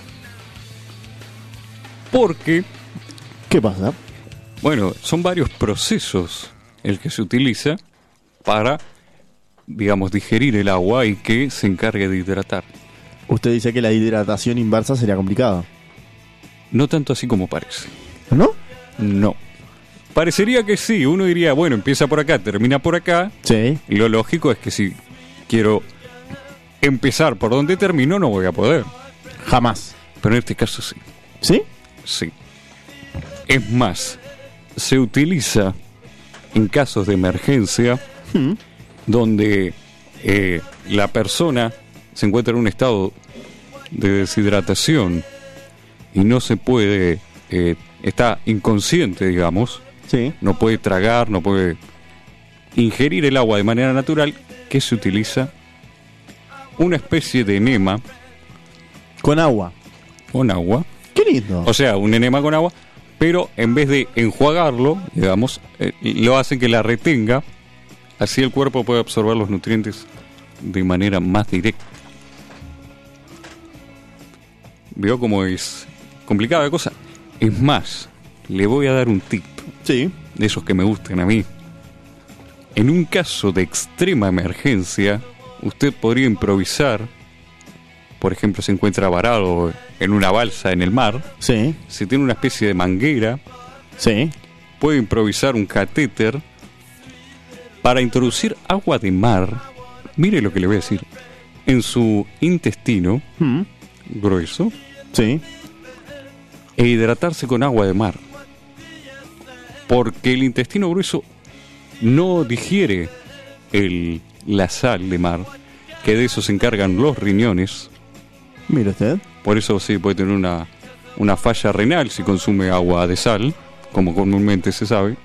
Porque ¿Qué pasa? Bueno, son varios procesos el que se utiliza para, digamos, digerir el agua y que se encargue de hidratar. Usted dice que la hidratación inversa sería complicada. No tanto así como parece. ¿No? No. Parecería que sí, uno diría, bueno, empieza por acá, termina por acá. Sí. Lo lógico es que si quiero empezar por donde termino, no voy a poder. Jamás. Pero en este caso sí. ¿Sí? Sí. Es más, se utiliza en casos de emergencia donde eh, la persona se encuentra en un estado de deshidratación y no se puede, eh, está inconsciente, digamos, Sí. no puede tragar, no puede ingerir el agua de manera natural, que se utiliza una especie de enema Con agua. con agua Qué lindo. o sea, un enema con agua, pero en vez de enjuagarlo, digamos, eh, lo hacen que la retenga, así el cuerpo puede absorber los nutrientes de manera más directa. Veo cómo es complicada la cosa. Es más, le voy a dar un tip sí. de esos que me gustan a mí. En un caso de extrema emergencia, usted podría improvisar. Por ejemplo, se encuentra varado en una balsa en el mar Sí. si tiene una especie de manguera, Sí. puede improvisar un catéter para introducir agua de mar, mire lo que le voy a decir, en su intestino Mm. grueso Sí. e hidratarse con agua de mar. Porque el intestino grueso no digiere el, la sal de mar, que de eso se encargan los riñones. Mire usted. Por eso sí puede tener una, una falla renal si consume agua de sal, como comúnmente se sabe.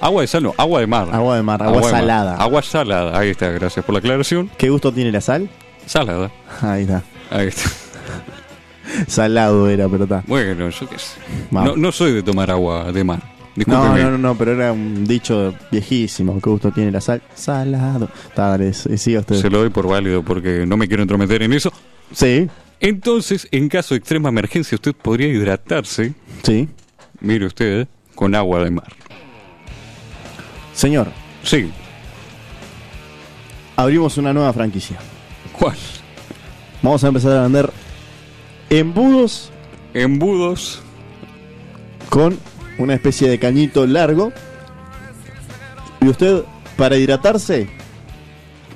Agua de sal no, agua de mar. Agua de mar, agua de mar. salada. Agua salada, ahí está, gracias por la aclaración. ¿Qué gusto tiene la sal? Salada, Ahí está. ahí está. Salado era, pero está. Bueno, yo qué sé. Vamos. No, no soy de tomar agua de mar. No, Discúlpeme. no, no, no, pero era un dicho viejísimo. ¿Qué gusto tiene la sal? Salado. Está, dale, sí, siga usted. Se lo doy por válido porque no me quiero entrometer en eso. Sí, Entonces, en caso de extrema emergencia, usted podría hidratarse, sí. mire usted, con agua de mar. Señor, Sí, abrimos una nueva franquicia. ¿cuál? Vamos a empezar a vender embudos Embudos, con una especie de cañito largo. Y usted, para hidratarse,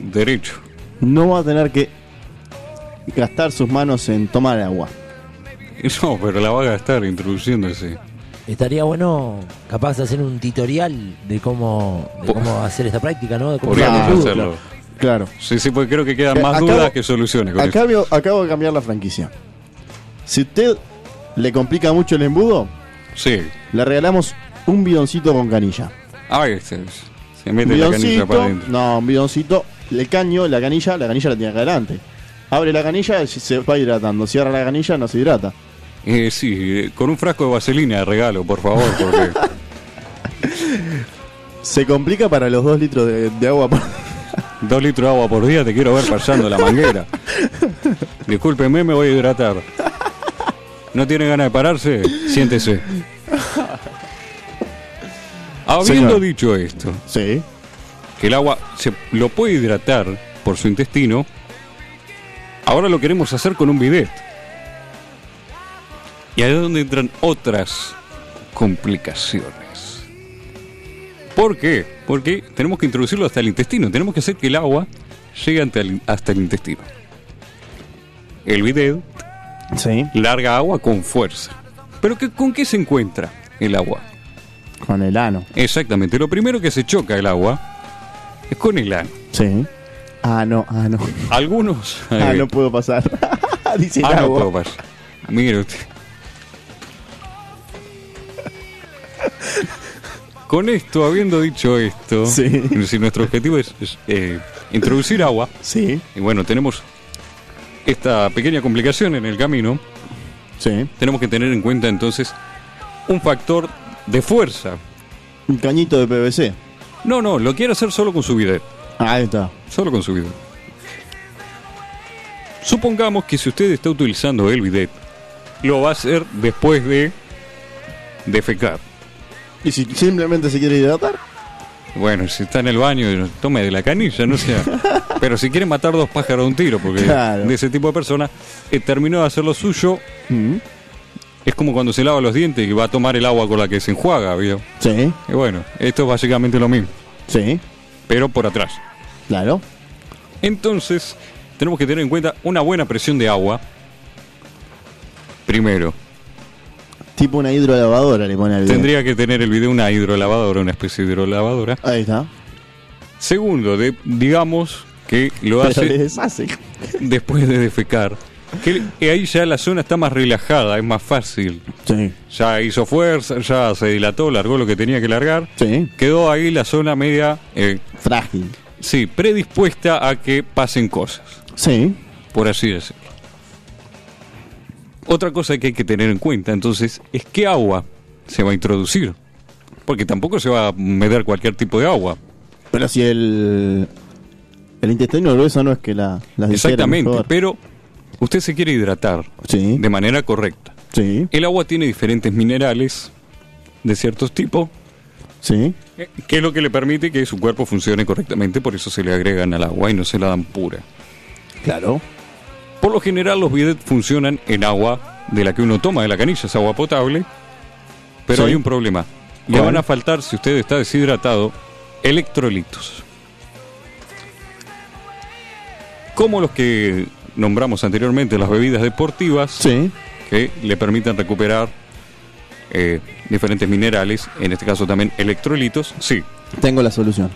derecho. no va a tener que gastar sus manos en tomar agua. No, pero la va a gastar introduciéndose. Estaría bueno, capaz, de hacer un tutorial de cómo, de Po- cómo hacer esta práctica, ¿no? De cómo- Podríamos Ah, Claro, hacerlo. Claro. Sí, sí, porque creo que quedan Eh, más acá- dudas que soluciones. con esto. Acabo, acabo de cambiar la franquicia. Si usted le complica mucho el embudo, Sí. le regalamos un bidoncito con canilla. Ahí se, se mete la canilla para bidoncito, adentro. no, un bidoncito, el caño, la canilla, la canilla la tiene acá adelante. Abre la canilla y se va hidratando. Cierra la canilla, no se hidrata. Eh, sí, eh, con un frasco de vaselina de regalo, por favor, porque Se complica para los 2 litros de, de agua. por- dos litros de agua por día te quiero ver pasando la manguera. Discúlpeme, me voy a hidratar. ¿No tiene ganas de pararse? Siéntese. Habiendo Señor. dicho esto, Sí, que el agua se lo puede hidratar por su intestino. Ahora lo queremos hacer con un bidet. Y ahí es donde entran otras complicaciones. ¿Por qué? Porque tenemos que introducirlo hasta el intestino. Tenemos que hacer que el agua llegue ante el- hasta el intestino. El video Sí. larga agua con fuerza. ¿Pero qué- con qué se encuentra el agua? Con el ano. Exactamente, lo primero que se choca el agua es con el ano. Sí. Ah, no, ah, no. Algunos... Eh, Ah, no puedo pasar. Dice el Ah, no agua. puedo pasar. Mire usted. Con esto, habiendo dicho esto, Sí. si nuestro objetivo es, es, eh, introducir agua, Sí, y bueno, tenemos esta pequeña complicación en el camino, sí. tenemos que tener en cuenta entonces un factor de fuerza. Un cañito de PVC. No, no, lo quiero hacer solo con su bidet. Ahí está. Solo con su bidet. Supongamos que si usted está utilizando el bidet, lo va a hacer después de defecar. ¿Y si simplemente se quiere hidratar? Bueno, si está en el baño, tome de la canilla, no sea. Pero si quiere matar dos pájaros de un tiro, porque Claro. de ese tipo de persona eh, terminó de hacer lo suyo. Mm. Es como cuando se lava los dientes y va a tomar el agua con la que se enjuaga, ¿vio? Sí, Y bueno, esto es básicamente lo mismo, sí, pero por atrás. claro. Entonces, tenemos que tener en cuenta una buena presión de agua. Primero, Tipo una hidrolavadora le pone al video. tendría que tener el video una hidrolavadora, una especie de hidrolavadora. Ahí está. Segundo, de- digamos que lo Pero le hace deshace. después de defecar. Que que ahí ya la zona está más relajada, es más fácil. Sí, Ya hizo fuerza, ya se dilató, largó lo que tenía que largar. sí. Quedó ahí la zona media, eh, Frágil. sí, predispuesta a que pasen cosas. Sí, por así decirlo. Otra cosa que hay que tener en cuenta entonces es qué agua se va a introducir. Porque tampoco se va a meter cualquier tipo de agua. pero si el. El intestino grueso no es que la. la digiera Exactamente, mejor. pero usted se quiere hidratar Sí, de manera correcta. sí, El agua tiene diferentes minerales de ciertos tipos, sí. eh, que es lo que le permite que su cuerpo funcione correctamente, por eso se le agregan al agua y no se la dan pura. Claro. Por lo general los bidets funcionan en agua de la que uno toma de la canilla, es agua potable, pero Sí. hay un problema. Le ¿Cuál? van a faltar, si usted está deshidratado, electrolitos. Como los que nombramos anteriormente, las bebidas deportivas, Sí, que le permitan recuperar eh, diferentes minerales, en este caso también electrolitos. Sí, tengo la solución.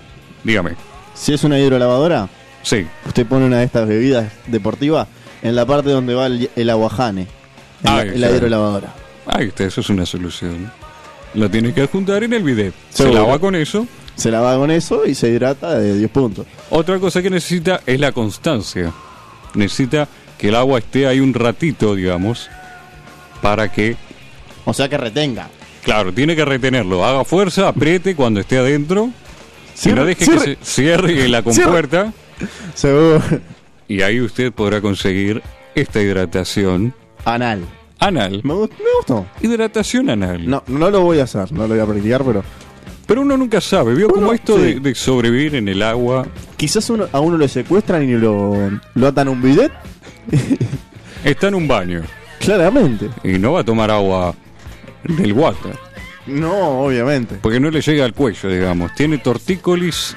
dígame. Si es una hidrolavadora, Sí. usted pone una de estas bebidas deportivas en la parte donde va el, el aguajane. En la, Ahí en la está. hidrolavadora. Ahí está, eso es una solución. Lo tiene que adjuntar en el bidet. Se Seguro. lava con eso. Se lava con eso y se hidrata de 10 puntos. Otra cosa que necesita es la constancia. Necesita que el agua esté ahí un ratito, digamos, para que, O sea que retenga. claro, tiene que retenerlo. Haga fuerza, apriete cuando esté adentro. Si no deje que se cierre la compuerta. Seguro. Y ahí usted podrá conseguir esta hidratación Anal. anal. Me, gust- me gustó. Hidratación anal. No, no lo voy a hacer, no lo voy a practicar, pero Pero uno nunca sabe, ¿vio? Uno- Como esto de, sí. de sobrevivir en el agua. quizás uno- a uno lo secuestran y lo, lo atan a un bidet. Está en un baño Claramente. y no va a tomar agua del water. No, obviamente. Porque no le llega al cuello, digamos. Tiene tortícolis.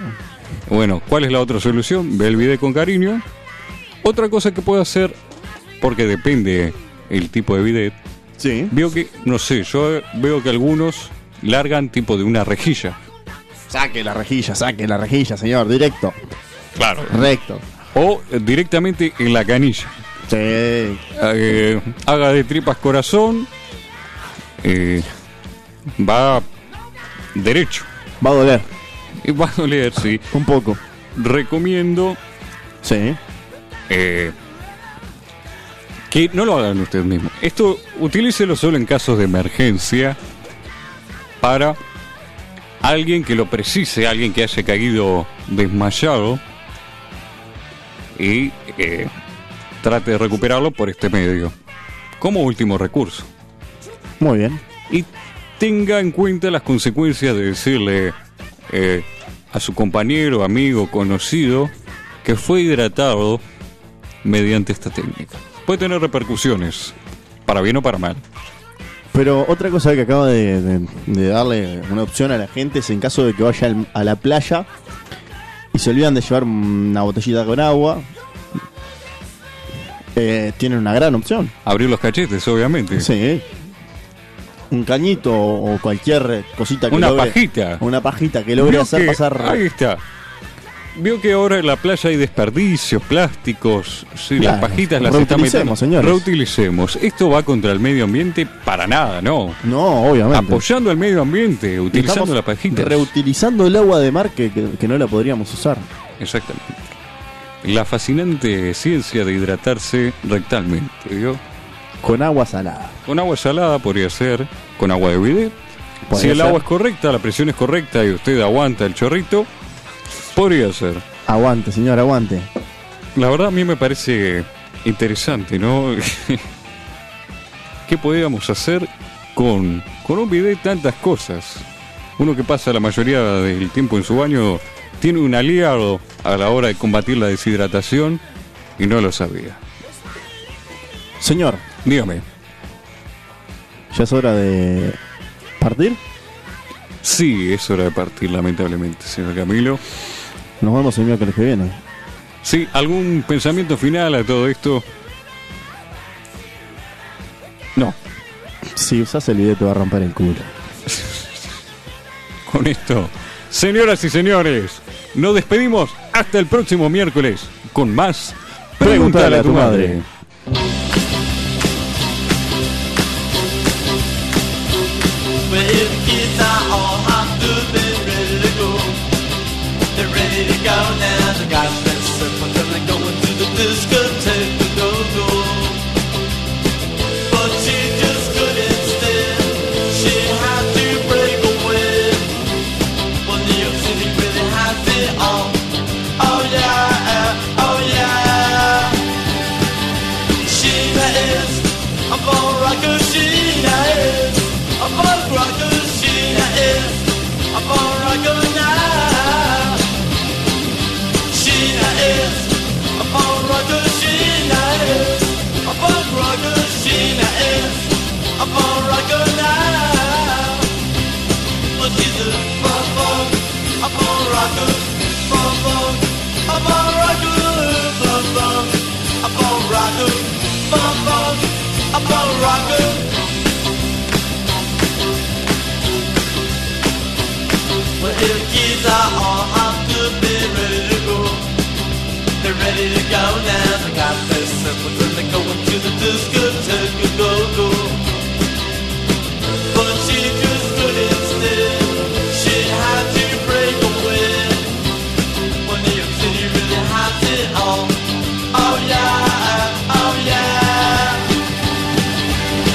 Bueno, ¿cuál es la otra solución? Ve el video con cariño. Otra cosa que puede hacer, porque depende el tipo de bidet, Sí. veo que, no sé, yo veo que algunos largan tipo de una rejilla. Saque la rejilla, saque la rejilla, señor. Directo. Claro. Recto. O eh, directamente en la canilla. Sí. Eh, haga de tripas corazón. eh, va derecho. Va a doler. Y Va a doler, sí. Un poco. Recomiendo Sí. Eh, que no lo hagan ustedes mismos. Esto utilícelo solo en casos de emergencia para alguien que lo precise, alguien que haya caído desmayado y eh, trate de recuperarlo por este medio, como último recurso. Muy bien. Y tenga en cuenta las consecuencias de decirle eh, a su compañero, amigo, conocido que fue hidratado mediante esta técnica. Puede tener repercusiones, para bien o para mal. Pero otra cosa que acaba de, de- de darle una opción a la gente es en caso de que vaya al- a la playa y se olvidan de llevar una botellita con agua, eh, tienen una gran opción. Abrir los cachetes, obviamente. Sí. Un cañito o o cualquier cosita que Una logre- pajita. Una pajita que logre Vio hacer que- pasar. Ahí está. Vio que ahora en la playa hay desperdicios, plásticos, sí, Claro, las pajitas las está metiendo. reutilicemos, señores. Reutilicemos. Esto va contra el medio ambiente para nada, ¿no? No, obviamente. Apoyando al medio ambiente, utilizando Estamos las pajitas. Reutilizando el agua de mar que, que- que no la podríamos usar. Exactamente. La fascinante ciencia de hidratarse rectalmente, ¿vio? Con agua salada. Con agua salada podría ser, con agua de bidet. Podría si el ser. agua es correcta, la presión es correcta y usted aguanta el chorrito, podría ser. Aguante, señor, aguante. La verdad a mí me parece interesante, ¿no? ¿Qué podíamos hacer con, con un bidet tantas cosas? Uno que pasa la mayoría del tiempo en su baño tiene un aliado a la hora de combatir la deshidratación y no lo sabía. Señor, Dígame. ya es hora de partir. Sí, es hora de partir, lamentablemente, señor Camilo. Nos vemos el miércoles que viene. Sí, ¿algún pensamiento final a todo esto? No. Si usas el video te va a romper el culo. con esto. Señoras y señores, nos despedimos hasta el próximo miércoles con más Pregúntale a tu madre. Well, if the kids are all hopped up and ready to go, they're ready to go now. The guys dressed up and they're going to the discotheque to go go. But she just couldn't stand. She had to break away. Well, New York City really has it all. Oh yeah, oh yeah. Sheena is a ball rocker, Sheena is a ball rocker, Sheena is a ball rocker now. Sheena is a ball rocker, Sheena is a ball rocker, Sheena is a ball rocker now. But she's a ball ball, a ball rocker, ball ball, a ball rocker, ball ball, a ball rocker, ball ball, a ball rocker. Well, if the kids are all hopped up, they're ready to go. They're ready to go now. They got their symbols and they're going to the discotheque. Go, go. But she just couldn't stand. She had to break away. When the city really had it all. Oh yeah, oh yeah.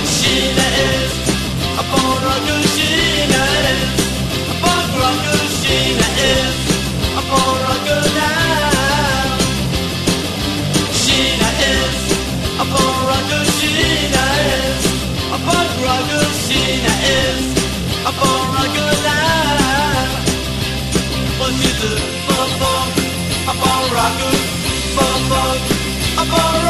Sheena is a born rocker. Sheena is a born rocker. Sheena is a born rocker now. Sheena is a punk rocker. Sheena is a punk rocker. Sheena is a punk rocker now. Well, she's a punk punk, a punk rocker, punk punk, a punk